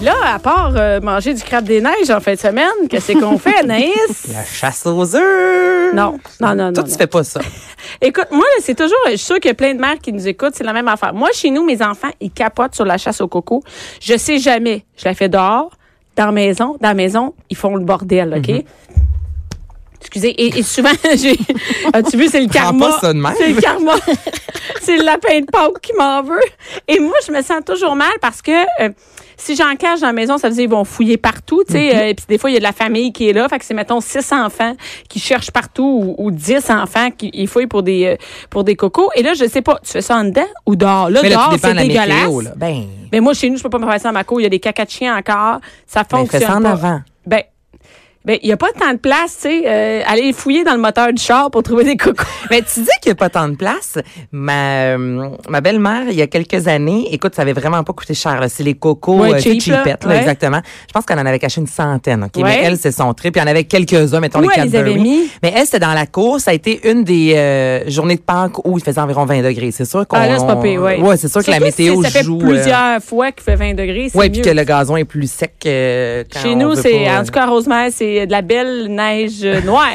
Là, à part euh, manger du crabe des neiges en fin de semaine, qu'est-ce qu'on fait, Anaïs? La chasse aux œufs. Non, non, non, Toi, non, tu non. fais pas ça. Écoute, moi, là, c'est toujours. Je suis sûre qu'il y a plein de mères qui nous écoutent. C'est la même affaire. Moi, chez nous, mes enfants, ils capotent sur la chasse au coco. Je sais jamais. Je la fais dehors, dans la maison. Dans la maison, ils font le bordel, OK? Mhm. Excusez. Et, et souvent, j'ai. As-tu vu, c'est le Prends karma. pas ça de même. C'est le karma. c'est le lapin de Pâques qui m'en veut. Et moi, je me sens toujours mal parce que. euh, si j'en cache dans la maison, ça veut dire ils vont fouiller partout, tu sais. Mhm. euh, et puis des fois, il y a de la famille qui est là. Fait que c'est, mettons, six enfants qui cherchent partout ou, ou dix enfants qui ils fouillent pour des, euh, pour des cocos. Et là, je sais pas, tu fais ça en dedans ou dehors? Là, Mais là, dehors, tout dépend c'est de la dégueulasse. météo. Là. Ben, Mais moi, chez nous, je peux pas me faire ça à ma cour. Il y a des cacas de chiens encore. Ça ben, fonctionne fais ça en pas. avant. Ben, ben, il n'y a pas tant de place, tu sais. euh, aller fouiller dans le moteur du char pour trouver des cocos. Mais tu dis qu'il n'y a pas tant de place. Ma, euh, ma belle-mère, il y a quelques années, écoute, ça avait vraiment pas coûté cher. là. C'est les cocos Ouais, euh, cheap, cheapettes, là. là, Ouais. exactement. Je pense qu'elle en avait caché une centaine. ok? Ouais. Mais elle, c'est son trip. Il y en avait quelques-uns, mettons Où les elle les Cadbury. avait mis? Mais elle, c'était dans la cour. Ça a été une des euh, journées de Pâques où il faisait environ 20 degrés. C'est sûr qu'on... Ah, là, c'est pas pire, ouais. Ouais, c'est sûr que la Surtout météo si ça fait joue... euh, plusieurs fois qu'il fait 20 degrés, c'est Ouais, puis mieux. que le gazon est plus sec euh, quand Chez on nous, veut c'est pas, en tout cas à Rosemère, c'est de la belle neige euh, noire.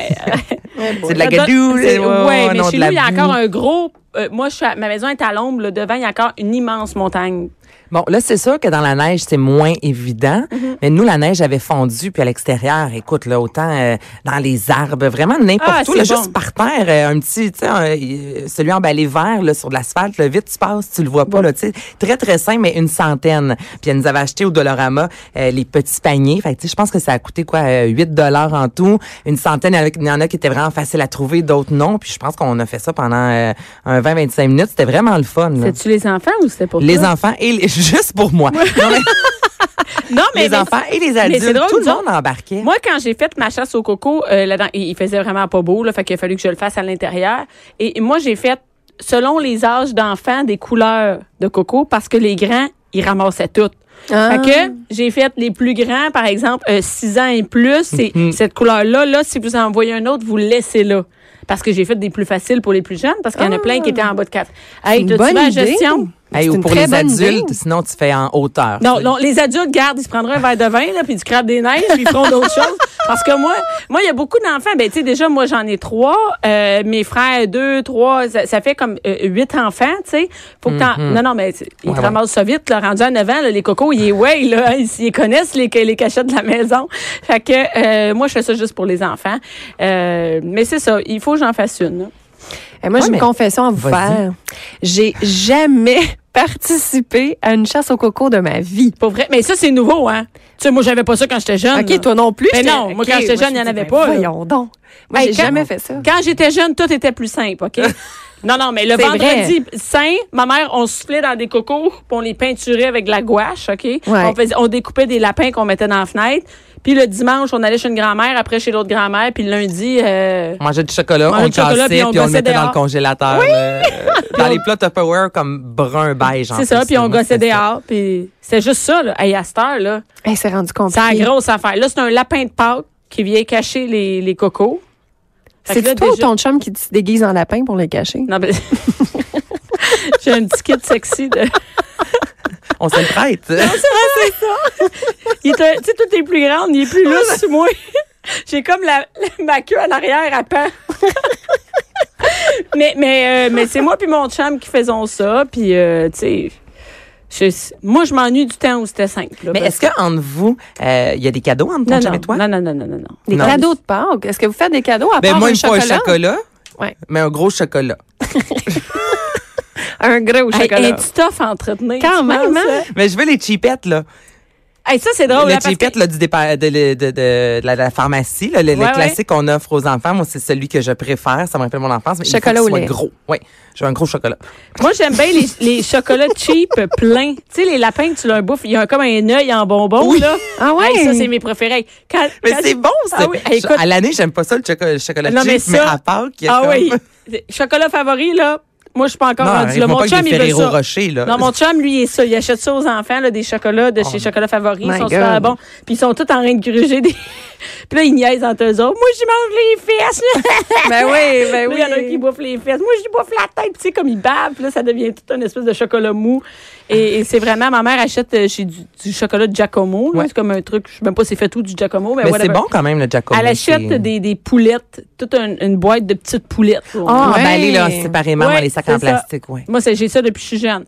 C'est de la gadoue, Oui, c'est- ouais, ouais, ouais, mais non, chez de nous, la il y a boue. encore un gros. euh, moi, je suis à- ma maison est à l'ombre. là, devant, il y a encore une immense montagne. Bon, là, c'est sûr que dans la neige, c'est moins évident. Mhm. Mais nous, la neige avait fondu, puis à l'extérieur, écoute, là, autant euh, dans les arbres, vraiment n'importe Ah, où, là, c'est bon. juste par terre, euh, un petit, tu sais, un- euh, celui emballé vert, là, sur de l'asphalte, là, vite, tu passes, tu le vois pas, là, tu sais. Très, très simple, mais une centaine. Puis elle nous avait acheté au Dolorama euh, les petits paniers. Fait que, tu sais, je pense que ça a coûté, quoi, euh, 8 dollars en tout. Une centaine, avec- il y en a qui étaient vraiment faciles à trouver, d'autres non. Puis je pense qu'on a fait ça pendant euh, un 20-25 minutes. C'était vraiment le fun, là. C'était-tu les enfants ou c'était pour Les toi? enfants et les- juste pour moi. Non, mais- Non, mais, les mais- enfants et les mais adultes. c'est drôle, tout le nous monde embarquait. Moi, quand j'ai fait ma chasse au coco, euh, là-dedans, il, il faisait vraiment pas beau, là, fait qu'il a fallu que je le fasse à l'intérieur. Et moi, j'ai fait, selon les âges d'enfants, des couleurs de coco, parce que les grands, ils ramassaient toutes. Ah. Fait que j'ai fait les plus grands, par exemple, 6 ans et plus, c'est cette couleur-là. Là, si vous en voyez un autre, vous le laissez là. Parce que j'ai fait des plus faciles pour les plus jeunes, parce qu'il y en a plein qui étaient en bas de 4. Hey, Ah. une t'as-tu vu bonne la idée. gestion? Hey, C'est ou une pour les très bonne adultes, idée. sinon tu fais en hauteur. Non, non, les adultes, garde, ils se prendraient un verre de vin, là, puis du crabe des neiges, puis ils feront d'autres choses. Parce que moi, moi, il y a beaucoup d'enfants. Ben, tu sais, déjà, moi, j'en ai trois. Euh, mes frères, deux, trois. Ça, ça fait comme euh, huit enfants, tu sais. Faut que t'en- Non, non, mais tu- ils Ouais, te ramassent ça vite, là, rendu à 9 ans, là, les cocos, ils, ouais, là, hein, ils, ils connaissent les, les cachettes de la maison. Fait que, euh, moi, je fais ça juste pour les enfants. Euh, mais c'est ça, il faut que j'en fasse une. là. Et moi, Ouais, j'ai mais- une confession à vous Vas-y. faire. J'ai jamais participé à une chasse au coco de ma vie. Pour vrai. Mais ça, c'est nouveau, hein. Tu sais, moi, j'avais pas ça quand j'étais jeune. là. OK, toi non plus. Ben j'étais- non, moi, OK, quand j'étais jeune, je il y en me dis, avait ben, pas, là. Voyons donc. Moi, Hey, j'ai quand- jamais fait ça. Quand j'étais jeune, tout était plus simple, OK? Non, non, mais le C'est vendredi saint, ma mère, on soufflait dans des cocos, puis on les peinturait avec de la gouache, OK? On, faisait- on découpait des lapins qu'on mettait dans la fenêtre. Puis le dimanche, on allait chez une grand-mère, après chez l'autre grand-mère, puis le lundi, euh, On mangeait du chocolat, Mangeait on le du chocolat, cassait, puis puis on on, le gossait mettait dans dehors. le congélateur. euh, dans les plats Tupperware comme brun beige. en c'est ça, plus, puis on moi, gossait c'est ça. dehors, puis c'est juste ça, là. Hey, à cette heure, là, Elle s'est rendu compte. c'est la grosse affaire. Là, c'est un lapin de Pâques qui vient cacher les, les cocos. Fait que là, C'est toi ou déjà- ton chum qui se déguise en lapin pour le cacher? Non, ben- J'ai un petit kit sexy de... On se le prête. Il est un- tu sais, tout est plus grande, il est plus lousse, moi. J'ai comme la, la- ma queue en arrière à pan. mais mais, euh, mais c'est moi puis mon chum qui faisons ça. Puis, euh, tu sais, je- moi, je m'ennuie du temps où c'était simple. là, Mais parce est-ce qu'entre vous, euh, il y a des cadeaux entre ton non, chum non, et toi? non, non, non, non, non, non. Des Non. cadeaux de Pâques. Est-ce que vous faites des cadeaux à Ben, part moi, un il me faut un chocolat? chocolat, Ouais. mais un gros chocolat. Un gros Hey, chocolat. un petit tough à entretenir. Quand tu même, penses, hein? hein? Mais je veux les chipettes, là. Hey, ça, c'est drôle. le là, Oh, parce chipette que- là, du dépa- de, de- de- de- de la, de la pharmacie, là, le, le Ouais, ouais. classique qu'on offre aux enfants, moi, c'est celui que je préfère. Ça me rappelle mon enfance. Mais il faut Chocolat qu'il au soit lait. gros. Oui, j'ai un gros chocolat. Moi, j'aime bien les, les chocolats cheap pleins. Tu sais, les lapins que tu leur bouffes, il y a comme un œil en bonbon, là. Ah ouais? Hey, ça, c'est mes préférés. Quand- Mais quand- c'est bon, ça. Ah oui, hey, écoute, à l'année, j'aime pas ça, le chocolat, le chocolat Non, chip, mais mais, ça- à Pâques, il y a Ah comme- oui. Chocolat favori, là. Moi, je suis pas encore Non, rendu là. arrête-moi Mon pas que chum, des il veut Ferrero ça. Rocher, là. Non, mon chum, lui, il est ça. Il achète ça aux enfants, là, des chocolats Oh de chez Chocolat Favori. Ils My sont super God. bons. Puis ils sont tous en train de gruger des. Puis là, ils niaisent entre eux autres. Moi, j'y mange les fesses. Ben oui, ben Là, Il y en a un qui bouffe les fesses. Moi, je lui bouffe la tête. Puis, tu sais, comme il bave, puis là, ça devient tout un espèce de chocolat mou. Et, et c'est vraiment, ma mère achète euh, chez du, du chocolat de Giacomo. là. Ouais. C'est comme un truc, je sais même pas c'est fait tout du Giacomo, mais, Mais whatever. c'est bon quand même, le Jacob. Elle achète des, des poulettes, toute un- une boîte de petites poulettes. Ah, Ouais. emballées là, séparément Ouais, dans les sacs en c'est ça. plastique, oui. Moi, c'est- j'ai ça depuis que je suis jeune.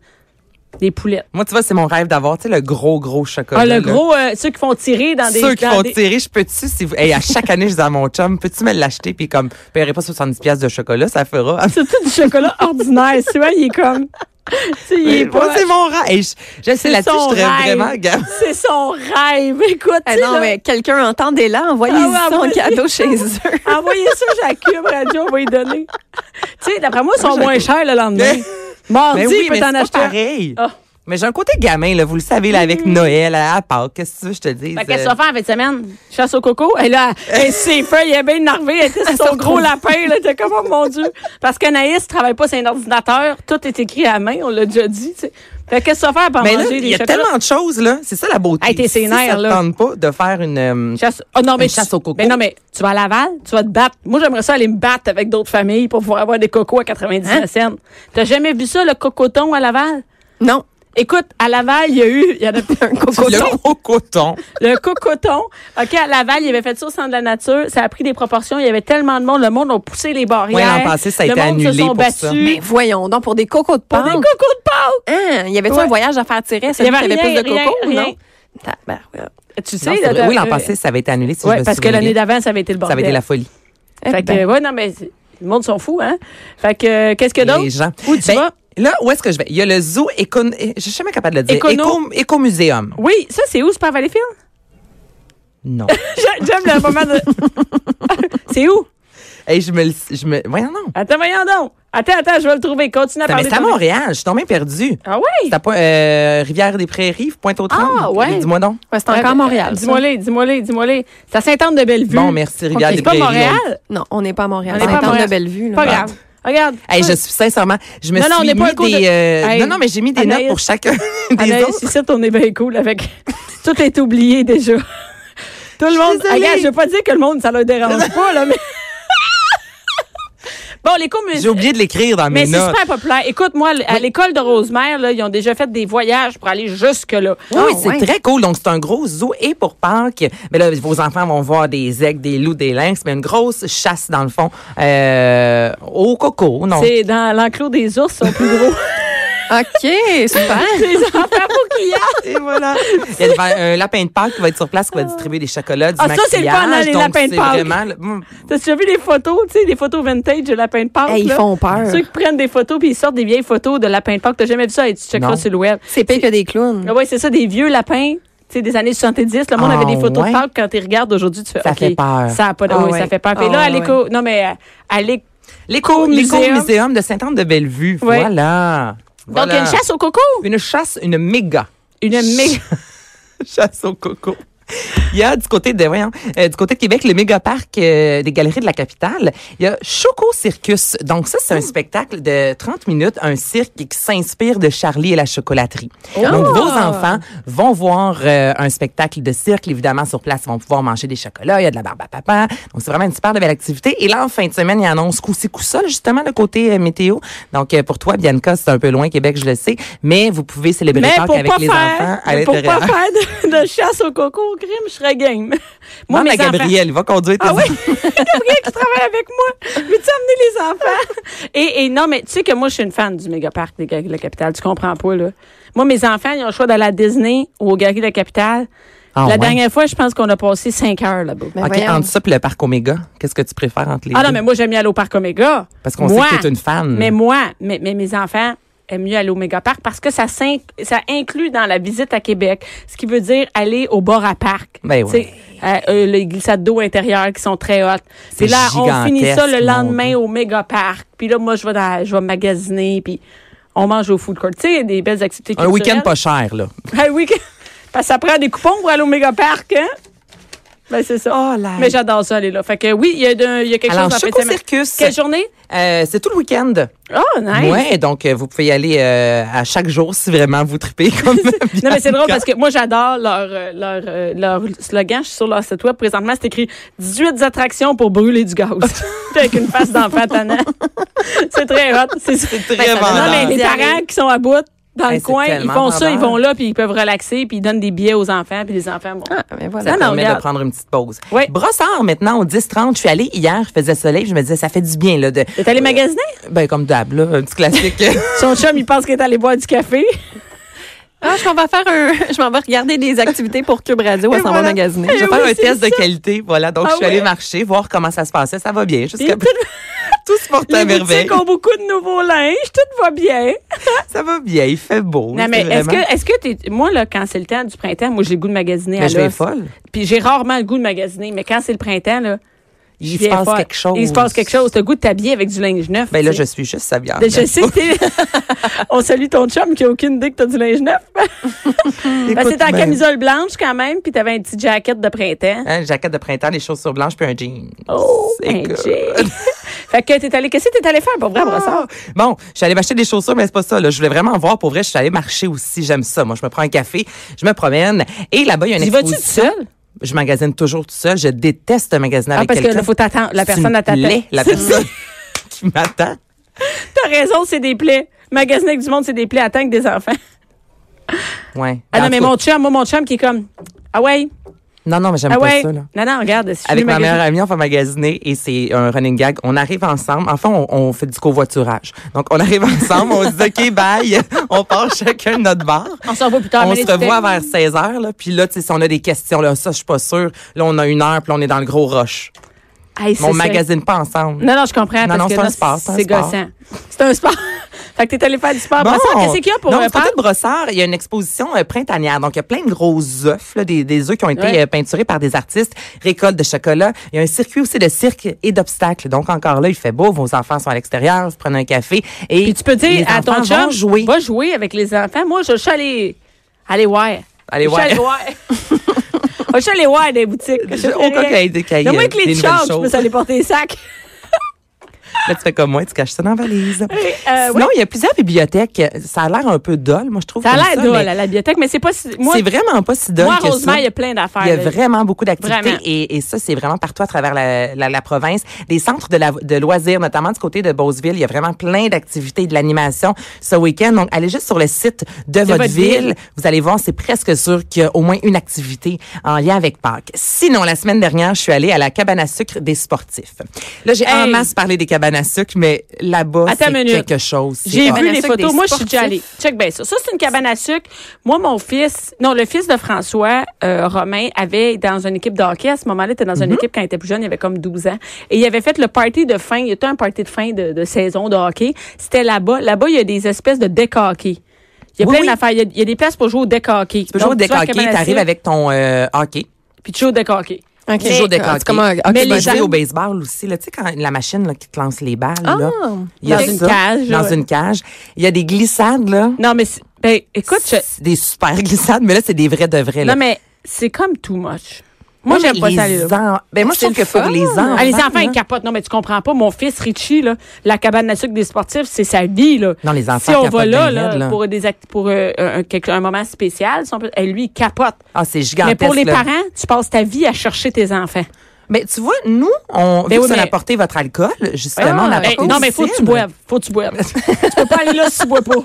Des poulettes. Moi, tu vois, c'est mon rêve d'avoir, tu sais, le gros, gros chocolat. Ah, le là. gros, euh, ceux qui font tirer dans des. Ceux qui dans font des- tirer, je peux-tu, si vous... Hey, à chaque année, je dis à mon chum, peux-tu me l'acheter? Puis comme, paierai pas 70 pièces de chocolat, ça fera. Surtout du chocolat ordinaire. Tu vois, il est comme. Tu sais, il est Moi, pas. c'est mon rêve. Hey, je- je sais, là-dessus, son je serais rêve. vraiment... gaffe. C'est son rêve. Écoute, Ah tu sais, non, là, mais quelqu'un entendez-la, envoyez-y Ah ouais, son envoyez- cadeau chez eux. envoyez ça à la Cube Radio, on va y donner. tu sais, d'après moi, ils sont Moi, moins chers le lendemain. Mais- Mardi, Mais il Ben oui, peut mais t'en c'est acheter. pas un. pareil. Ah. Mm. Mais j'ai un côté gamin, là, vous le savez, là, avec Noël, à la Pâques, qu'est-ce que tu veux que je te dise? Fait qu'elle se euh, fait faire en fin de semaine, chasse au coco. Et là, elle, ses feuilles, elle est bien énervée. Elle était sur son gros lapin. Là, t'es comme, oh mon Dieu. Parce qu'Anaïs travaille pas sur un ordinateur. Tout est écrit à main, on l'a déjà dit. tu sais. Fait qu'elle se fait faire pour Mais Ben là, manger il des y a chocolats. tellement de choses, là. C'est ça, la beauté. Hey, t'es si sénère, ça te là. tente pas de faire une... euh, Chasse, oh non, mais Une chasse au coco. Ben non, mais tu vas à Laval, tu vas te battre. Moi, j'aimerais ça aller me battre avec d'autres familles pour pouvoir avoir des cocos à 99 Hein? cents. T'as jamais vu ça, le cocoton à Laval? Non, Écoute, à Laval, il y a eu, il y en a un cocoton. Le gros coton. Le cocoton. OK, à Laval, il avait fait ça au centre de la nature. Ça a pris des proportions. Il y avait tellement de monde. Le monde a poussé les barrières. Ouais, l'an passé, ça a le été monde se annulé sont pour battus. ça. Mais voyons donc, pour des cocos de Pour des Pâques. cocos de Pâques! Hein, y avait-tu Ouais. un voyage à faire tirer? Il y Celui qui avait avait rien, plus de cocos rien, rien. non? Tabarouette. Tu sais, Non, là, c'est vrai. de- oui, l'an euh, passé, ça avait été annulé, si je ouais, me parce que souviens l'année bien. d'avant, ben, ça avait été le bordel. Ça avait été la hein. folie. Eh Fait que, ben. ouais, non, mais c'est- le monde s'en fout, hein? Fait que, euh, qu'est-ce que Les d'autre? gens. Où tu Ben, vas? Là, où est-ce que je vais? Il y a le zoo écon... eh, Je suis jamais capable de le dire. Écono- Éco- Écomuséum. Oui, ça, c'est où, c'est pas à Valleyfield? Non. J'ai- J'aime le moment de. c'est où? Hey, je me le... Je me... Voyons, non. Attends, voyons donc. Attends, attends, je vais le trouver. Continue à Attends, mais parler. c'est à ton- Montréal. Je suis tombé perdu. Ah oui? T'as pas euh, Rivière des Prairies, pointe aux trembles Ah, ouais. Dis-moi donc. Ouais, c'est encore Montréal. ça. Euh, Dis-moi-les, dis-moi-les, dis-moi-les. C'est à Sainte-Anne de Bellevue. Bon, merci, Rivière Ok, des C'est pas Prairies. Montréal? Non, on n'est pas à Montréal. On C'est n'est pas à Saint-Anne Montréal. de Bellevue. là. Pas grave. Regarde. Hey, je suis sincèrement, je me Non, non, on suis n'est pas mis un cours des, de- euh, Hey. non, non, mais j'ai mis des Anaïs. notes pour chacun des Anaïs, autres. ici, on est bien cool avec. Tout est oublié déjà. Tout le suis monde. désolée. Regarde, je veux pas dire que le monde, ça leur dérange pas, là, mais. bon, les cours J'ai oublié de l'écrire dans mes Mais c'est notes. super populaire. Écoute-moi, à l'école de Rosemère, là, ils ont déjà fait des voyages pour aller jusque-là. Oui, oui, Ah, c'est ouais. très cool. Donc, c'est un gros zoo et pour Pâques. Mais là, vos enfants vont voir des aigles, des loups, des lynx, mais une grosse chasse, dans le fond, euh, au coco. Non. C'est dans l'enclos des ours, ils sont plus gros. OK, super. Hein? les enfants pour qu'il y a. Et voilà. Il y a le- un lapin de Pâques qui va être sur place, qui va distribuer des chocolats, du Ah, ça, maquillage. c'est le fun, hein, les Donc, lapins de c'est Pâques. vraiment le- mm. T'as déjà vu les photos, tu sais, des photos vintage de lapin de Pâques? Hey, ils là? font peur. Ceux qui prennent des photos puis ils sortent des vieilles photos de lapin de Pâques. T'as jamais vu ça? Hey, tu checkeras Non. sur le web. C'est pire que des clowns. Ah ouais, c'est ça, des vieux lapins. Tu sais, des années 70, le monde Ah, avait des photos ouais. de Pâques. Quand tu regardes aujourd'hui, tu fais Ça OK, fait peur. Ça a pas de... Ah oui, ouais. ça fait peur. Puis Ah là, à ouais, l'éco... Non, mais euh, à l'éco... L'éco- L'éco-muséum. L'éco-muséum de Sainte-Anne-de-Bellevue. Ouais. Voilà. Donc, il y a une chasse au coco. Une chasse, une méga Une méga... chasse au coco. Il y a du côté de voyons, euh, du côté de Québec le méga parc euh, des galeries de la capitale, il y a Choco Circus. Donc ça c'est Oh. un spectacle de 30 minutes, un cirque qui s'inspire de Charlie et la chocolaterie. Oh. Donc vos enfants vont voir euh, un spectacle de cirque évidemment sur place, ils vont pouvoir manger des chocolats, il y a de la barbe à papa. Donc c'est vraiment une super de belle activité et là en fin de semaine, il annonce coup-ci coup-ça justement le côté euh, météo. Donc euh, pour toi Bianca, c'est un peu loin Québec, je le sais, mais vous pouvez célébrer Mais Pâques pour avec pas les enfants faire, à pour l'intérieur. pas faire de, de chasse au coco au crime, je serais game. Moi, Moi, mes mais enfants- Gabrielle va conduire tes Ah oui, Gabriel qui travaille avec moi. Veux-tu amener les enfants? Et, et non, mais tu sais que moi, je suis une fan du mégaparc des Galeries de la Capitale. Tu comprends pas, là. Moi, mes enfants, ils ont le choix d'aller à Disney ou au Galeries de la Capitale. Ah la ouais? dernière fois, je pense qu'on a passé cinq heures là-bas. Mais OK, Eh voyons. entre ça et le parc Oméga, qu'est-ce que tu préfères entre les Ah deux? non, mais moi, j'aime mieux aller au parc Oméga. Parce qu'on Moi. sait que t'es une fan. Mais moi, mais, mais mes enfants aiment mieux aller au mégaparc parce que ça, s'in- ça inclut dans la visite à Québec, ce qui veut dire aller au bord à parc. Ben ouais. Tu sais, euh, euh, les glissades d'eau intérieures qui sont très hautes. Puis là, on gigantesque, finit ça le mon lendemain Dieu. au mégaparc. Puis là, moi, je vais, dans- je vais magasiner, puis on mange au food court. Tu sais, des belles activités Un week-end culturelles. pas cher, là. Un week-end. Parce que ça prend des coupons pour aller au mégaparc, hein? Ben, c'est ça. Oh là. Mais j'adore ça, aller là. Fait que oui, il y a, de- il y a quelque Alors, chose en Choco fin de semaine. Circus, Quelle journée? euh, c'est tout le week-end. Oh, nice. Ouais, donc euh, vous pouvez y aller euh, à chaque jour si vraiment vous tripez comme Non, mais c'est drôle parce que moi, j'adore leur, euh, leur, euh, leur slogan. Je suis sur leur site web. Présentement, c'est écrit 18 attractions pour brûler du gaz. Puis avec une face d'enfant tannant. c'est très hot. C'est très Non, vendeur. mais les parents qui sont à bout, dans Hey, le c'est coin, ils tellement font ça, ils vendeur. vont là, puis ils peuvent relaxer, puis ils donnent des billets aux enfants, puis les enfants vont. Ah, mais Ça voilà. Non, non, permet regarde. de prendre une petite pause. Oui. Brossard, maintenant, au 10-30, je suis allée hier, je faisais soleil, je me disais, ça fait du bien, là, de... T'es allé magasiner? Ben, comme d'hab, là, un petit classique. Son chum, il pense qu'il est allé boire du café. Ah, je m'en vais faire un. Je m'en vais regarder des activités pour Cube Radio. Et Elle s'en va voilà. magasiner. Je vais Eh faire oui, un c'est test de qualité, voilà. Donc, Ah je suis allée ouais. marcher, voir comment ça se passait. Ça va bien, Puis jusqu'à tout se porte à les merveille. boutiques ont beaucoup de nouveaux linges, tout va bien. Ça va bien, il fait beau. Non, c'est mais est-ce vraiment- que, est-ce que t'es, moi, là, quand c'est le temps du printemps, moi, j'ai le goût de magasiner à Mais je vais l'os. folle. Puis j'ai rarement le goût de magasiner, mais quand c'est le printemps, là. Il je se viens passe folle. quelque chose. Il se passe quelque chose. T'as le goût de t'habiller avec du linge neuf. Ben là, tu je sais. suis juste savière. Je sais que t'es- On salue ton chum qui a aucune idée que t'as du linge neuf. Ben, c'est en camisole blanche quand même, puis t'avais un petit jacket de printemps. Hein, jaquette de printemps, les chaussures blanches, puis un jean. Oh, Ah, C'est un good. Ah, jean. Ah, fait que t'es allé, qu'est-ce que t'es allé faire pour vrai, Brossard? Bon, je suis allée m'acheter des chaussures, mais c'est pas ça. Là. Je voulais vraiment voir. Pour vrai, je suis allée marcher aussi. J'aime ça. Moi, je me prends un café, je me promène. Et là-bas, il y a une Tu vas-tu tout exposition. seul? Je magasine toujours tout seul. Je déteste magasiner Ah, avec parce que quelqu'un. là, faut t'attendre, la Tu personne me à t'attend. plais, La personne qui m'attend. T'as raison, c'est des plaies. Magasiner avec du monde, c'est des plaies. Attends que des enfants. Ouais. Ah En non, mais tout cas, mon chum, moi, mon chum qui est comme, ah ouais, Non, non, mais j'aime ah ouais. pas ça. Là. Non, non, regarde, si je Avec veux ma magasiner- meilleure amie, on fait magasiner et c'est un running gag. On arrive ensemble. Enfin, on, on fait du covoiturage. Donc, on arrive ensemble, on se dit OK, bye. on part chacun de notre bar. On se revoit plus tard. on Ah, mais se tu revoit fais- vers 16 heures. Là. Puis là, tu sais, si on a des questions, là, ça, je suis pas sûre. Là, on a une heure, puis là, on est dans le gros rush. Hey, c'est Mais on ça. magasine pas ensemble. Non, non, je comprends. Non, parce non, que c'est un là, sport, c'est un C'est sport. gossant. C'est un sport. fait que t'es allé faire du sport. Bon. Brossard, Ah, ben, qu'est-ce qu'il y a pour Donc, euh, du côté faire? de Brossard, il y a une exposition euh, printanière. Donc, il y a plein de gros œufs, là, des, des œufs qui ont été Ouais. euh, peinturés par des artistes, récolte de chocolat. Il y a un circuit aussi de cirque et d'obstacles. Donc, encore là, il fait beau, vos enfants sont à l'extérieur, vous prenez un café. Et Puis tu peux les dire à ton enfants vont chum, jouer. va jouer avec les enfants. Moi, je je suis allée, allez voir. Allez Je suis voir. allée voir. Je suis allée voir des boutiques. Je sais Au cas rien. qu'il y ait des- qu'il y ait, Donne-moi euh, une clé des de nouvelles charge, je choses. peux aller porter les sacs. Là, tu fais comme moi, tu caches ça dans la valise. euh, Sinon, il y a plusieurs bibliothèques. Ça a l'air un peu dole, moi, je trouve. Ça a comme l'air mais drôle à la bibliothèque, mais c'est pas si- moi, c'est vraiment pas si dole moi, que heureusement, ça. il y a plein d'affaires. Il y a là. vraiment beaucoup d'activités Vraiment. et, et ça, c'est vraiment partout à travers la, la- la province. Des centres de, la- de loisirs, notamment du côté de Beauceville, il y a vraiment plein d'activités et de l'animation ce week-end. Donc, allez juste sur le site de, votre, votre ville. ville. Vous allez voir, c'est presque sûr qu'il y a au moins une activité en lien avec Pâques. Sinon, la semaine dernière, je suis allée à la cabane à sucre des sportifs. Là, j'ai en Hey! masse parlé des cabanes à sucre, mais là-bas, Attends c'est une minute. quelque chose. C'est J'ai hot. vu les sucre des photos. Moi, je suis sportifs. déjà allée. Check bien ça. Ça, c'est une cabane à sucre. Moi, mon fils, non, le fils de François, euh, Romain, avait dans une équipe de hockey. À ce moment-là, il était dans une Mm-hmm. équipe quand il était plus jeune. Il avait comme 12 ans. Et il avait fait le party de fin. Il y a un party de fin de, de saison de hockey. C'était là-bas. Là-bas, il y a des espèces de deck hockey. Il y a Oui, plein oui. d'affaires. Il y a, il y a des places pour jouer au deck hockey. Tu peux jouer au Donc, tu vas à la décoqué, cabane à t'arrives sucre, avec ton euh, hockey. Puis tu joues au deck hockey. Ok. Toujours des Ah, cantines. C'est comme un hockey Mais Tu vas les jouer body. gens- ben, au baseball aussi, là, tu sais, quand la machine là, qui te lance les balles. là, Ah. il y a Dans une ça, cage, Dans ouais. une cage. Il y a des glissades, là. Non, mais c'est- ben, écoute, je- C'est Des super glissades, mais là, c'est des vrais de vrais. là. non, mais c'est comme too much. Moi, Non, j'aime mais pas les ça aller là. en- Ben, moi, je C'est trouve que le pour fun. les enfants. Ah, les enfants, ils là, capotent. Non, mais tu comprends pas. Mon fils Richie, là, la cabane à sucre des sportifs, c'est sa vie. Là. Non, les enfants Si on capotent va là, bien là, raide, là. pour, des act- pour euh, un, quelque- un moment spécial, si on peut- eh, lui, il capote. Ah, c'est mais gigantesque. pour les là. parents, tu passes ta vie à chercher tes enfants. Mais tu vois, nous, on, Ben vu oui, que ça mais- a porté votre alcool, justement, Ah, on a Eh, apporté non, du mais faut que tu cidre. boives. Faut que tu boives. tu peux pas aller là si tu bois pas.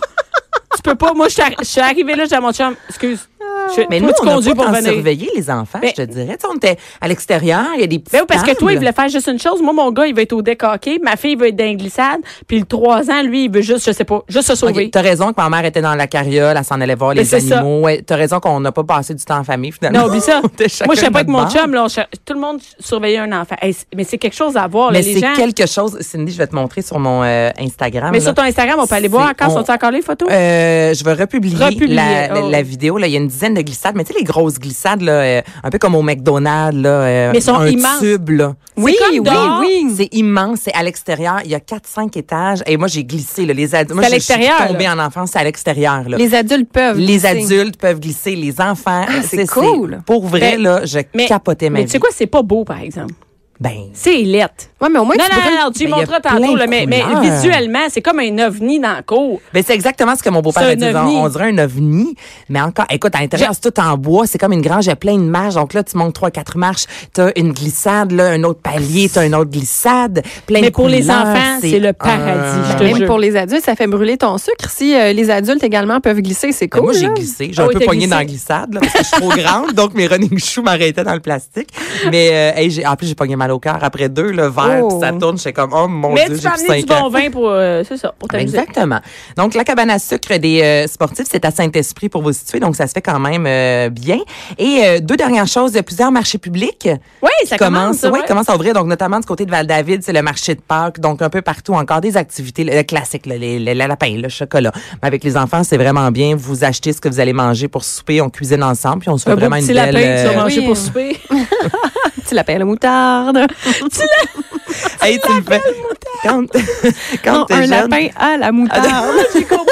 Tu peux pas. Moi, je suis arri- je suis arrivée là, j'ai à mon chum. Excuse. Je- Mais toi, nous, tu on a conduis pas pour tant venir. surveillé les enfants, Ben- je te dirais. Tu sais, on était à l'extérieur, il y a des petits. Ben oui, parce que toi, il tables. voulait faire juste une chose. Moi, mon gars, il veut être au deck hockey. Ma fille, il veut être dans les glissades. Puis le 3 ans, lui, il veut juste, je sais pas, juste se sauver. Ok, T'as raison que ma mère était dans la carriole, elle s'en allait voir les c'est ça. animaux. Ouais, T'as raison qu'on n'a pas passé du temps en famille finalement. Non, oublie ça. Ah On était chacun Moi, je sais de pas avec notre mon bord. chum, là, on cher- tout le monde surveillait un enfant. Hey, c'est- mais c'est quelque chose à voir, là, Mais les c'est gens. quelque chose, Cindy, je vais te montrer sur mon euh, Instagram. Mais là. sur ton Instagram, on peut aller voir C'est- quand on- sont encore là, les photos. Euh, je vais republier, Republier, la, la- oh. la vidéo. Là. Il y a une dizaine de glissades, mais tu sais, les grosses glissades, là, euh, un peu comme au McDonald's, là, euh, Mais elles sont un immenses. tube. Là. Oui, C'est comme oui, dehors. oui. C'est immense, c'est à l'extérieur. Il y a 4-5 étages. Et moi, j'ai glissé. Là, les ados. Moi, à je- je suis l'extérieur, tombée en enfance, c'est à l'extérieur. là. Les adultes peuvent. Les glisser. adultes peuvent glisser, les enfants. c'est cool. Pour vrai, Ah, Ben, là, je capotais ma mais tu vie. sais quoi, c'est pas beau, par exemple. Ben, C'est lettre. Ouais, mais au moins, Non, tu non, brûles- non, tu y Ben, il y a montreras plein tantôt, de là, mais, mais couleurs. visuellement, c'est comme un ovni dans le cours. ben c'est exactement ce que mon beau-père C'est a un dit. ovni. On, on dirait un ovni, mais encore, écoute, à l'intérieur, c'est tout en bois, c'est comme une grange, il y a plein de marches. Donc là, tu montes trois, quatre marches, t'as une glissade, là, un autre palier, t'as une autre glissade, plein Mais de pour les couleurs, enfants, c'est le paradis, je te Même jure. pour les adultes, ça fait brûler ton sucre. Si euh, les adultes également peuvent glisser, c'est Ben, cool. moi, j'ai là. glissé. J'ai Ah un oui, peu t'as pogné glissé. dans la glissade, là, parce que je suis trop grande. Donc, mes running shoes m'arrêtaient dans le plastique. Mais, euh, hey, j'ai- en plus, j'ai pogné mal au cœur. Après deux, le verre, Oh. puis ça tourne. J'étais comme, oh mon mais Dieu, tu peux j'ai plus amener du cinq bon ans. vin pour, euh, c'est ça, pour Ben, t'amuser. Exactement. Donc, la cabane à sucre des euh, sportifs, c'est à Saint-Esprit pour vous situer. Donc, ça se fait quand même euh, bien. Et euh, deux dernières choses, il y a plusieurs marchés publics Oui, ça commence. ça, oui, ouais. commence à ouvrir. Donc, notamment du côté de Val-David, c'est le marché de Pâques. Donc, un peu partout, encore des activités le, le classique, le, le, le- le lapin, le chocolat. Mais avec les enfants, c'est vraiment bien. Vous achetez ce que vous allez manger pour souper. On cuisine ensemble, puis on se fait Un beau vraiment une petit belle... lapin que tu vas euh, manger Oui. pour souper. Tu l'appelles la moutarde. hey, tu me fais- Quand, quand Non, t'es un jeune- lapin à la moutarde. Ah, J'ai compris.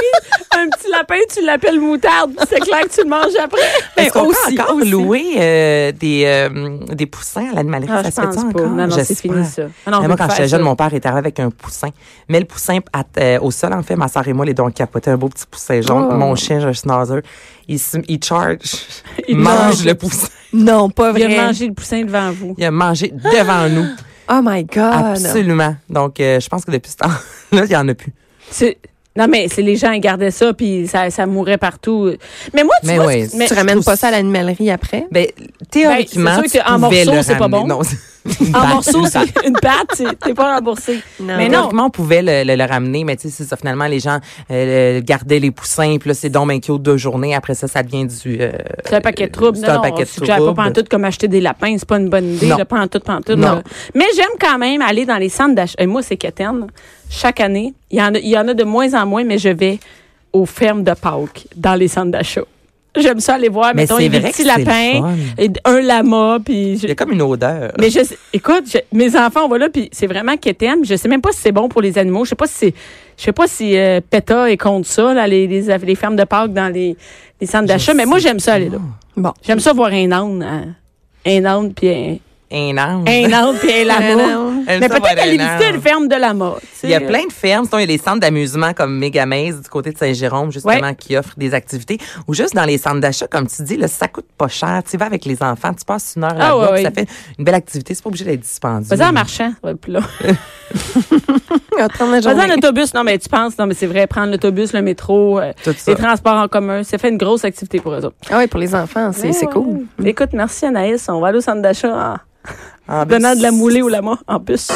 Un petit lapin, tu l'appelles moutarde. C'est clair que tu le manges après. Ben, Est-ce qu'on aussi, peut encore aussi. louer euh, des, euh, des poussins à l'animalerie? Ah, ça je se fait pense pas. encore? Non, non, c'est J'espère. fini, ça. Ah, non, on peut Mais moi, plus quand faire j'étais ça. jeune, mon père était arrivé avec un poussin. Mais le poussin à- euh, au sol, en fait, ma soeur et moi, les dons on capotait un beau petit poussin jaune. Oh. Mon chien, j'ai un schnauzer, il, se- il charge, Il il mange. mange le poussin. Non, pas Il a vrai. mangé le poussin devant vous. Il a mangé devant nous. Oh my Ah, God. Absolument. Donc, euh, je pense que depuis ce temps-là, il n'y en a plus. C'est- Non, mais c'est les gens, ils gardaient ça, puis ça, ça mourait partout. Mais moi, tu Mais vois, oui, ce- mais- Tu ramènes pas ça à l'animalerie après? Ben, théoriquement, Ben, c'est sûr tu qu'en pouvais morceaux, le c'est pas ramener. bon. Non, Ben, une en patte, morceaux, une c'est une patte, c'est- t'es pas remboursé. Non. Mais non, Théoriquement, on pouvait le, le- le ramener, mais tu sais, c'est ça, finalement, les gens euh, gardaient les poussins, puis là, c'est donc ben cute deux journées. Après ça, ça devient du... euh, c'est un paquet de troubles. C'est Non, un non, paquet on de suggère pas troubles. pantoute comme acheter des lapins, c'est pas une bonne idée, Non. là, pantoute, pantoute. Non. là. Mais j'aime quand même aller dans les centres d'achat. Et moi, c'est Quétaine. Chaque année, il y, en a, il y en a de moins en moins, mais je vais aux fermes de Pâques, dans les centres d'achat. J'aime ça aller voir, Mais mettons, c'est il y a des vrai petits que c'est le lapins, fun. et un lama, puis... je- Il y a comme une odeur. Mais je sais- écoute, je- mes enfants, on va là, puis c'est vraiment quétaine. Je sais même pas si c'est bon pour les animaux. Je sais pas si c'est- je sais pas si euh, PETA est contre ça, là, les, les, les fermes de Pâques dans les, les centres d'achat. Mais moi, j'aime ça aller là. Bon. J'aime ça voir un âne. hein. Un âne, puis un, Un ange. un âne, puis un lama. J'aime Mais ça voir peut-être aller un visiter âne. une ferme de lama. tu sais. Il y a plein de fermes. Sinon, il y a les centres d'amusement comme Megamaze du côté de Saint-Jérôme, justement, qui offrent des activités. Ou juste dans les centres d'achat, comme tu dis, là, ça coûte pas cher. Tu vas avec les enfants, tu passes une heure là-bas, Ah ouais, puis ouais. ça fait une belle activité. C'est pas obligé d'être dispendieux. Vas-y en marchant, ça va être plus long. Attends la Vas-y en journée. autobus. Non, mais tu penses, non, mais c'est vrai, prendre l'autobus, le métro, euh, Tout ça. les transports en commun, ça fait une grosse activité pour eux autres. Ah oui, pour les enfants, c'est c'est Ouais, cool. ouais. Écoute, merci Anaïs. On va aller au centre d'achat en En donnant bus. de la moulée ou la mort en bus.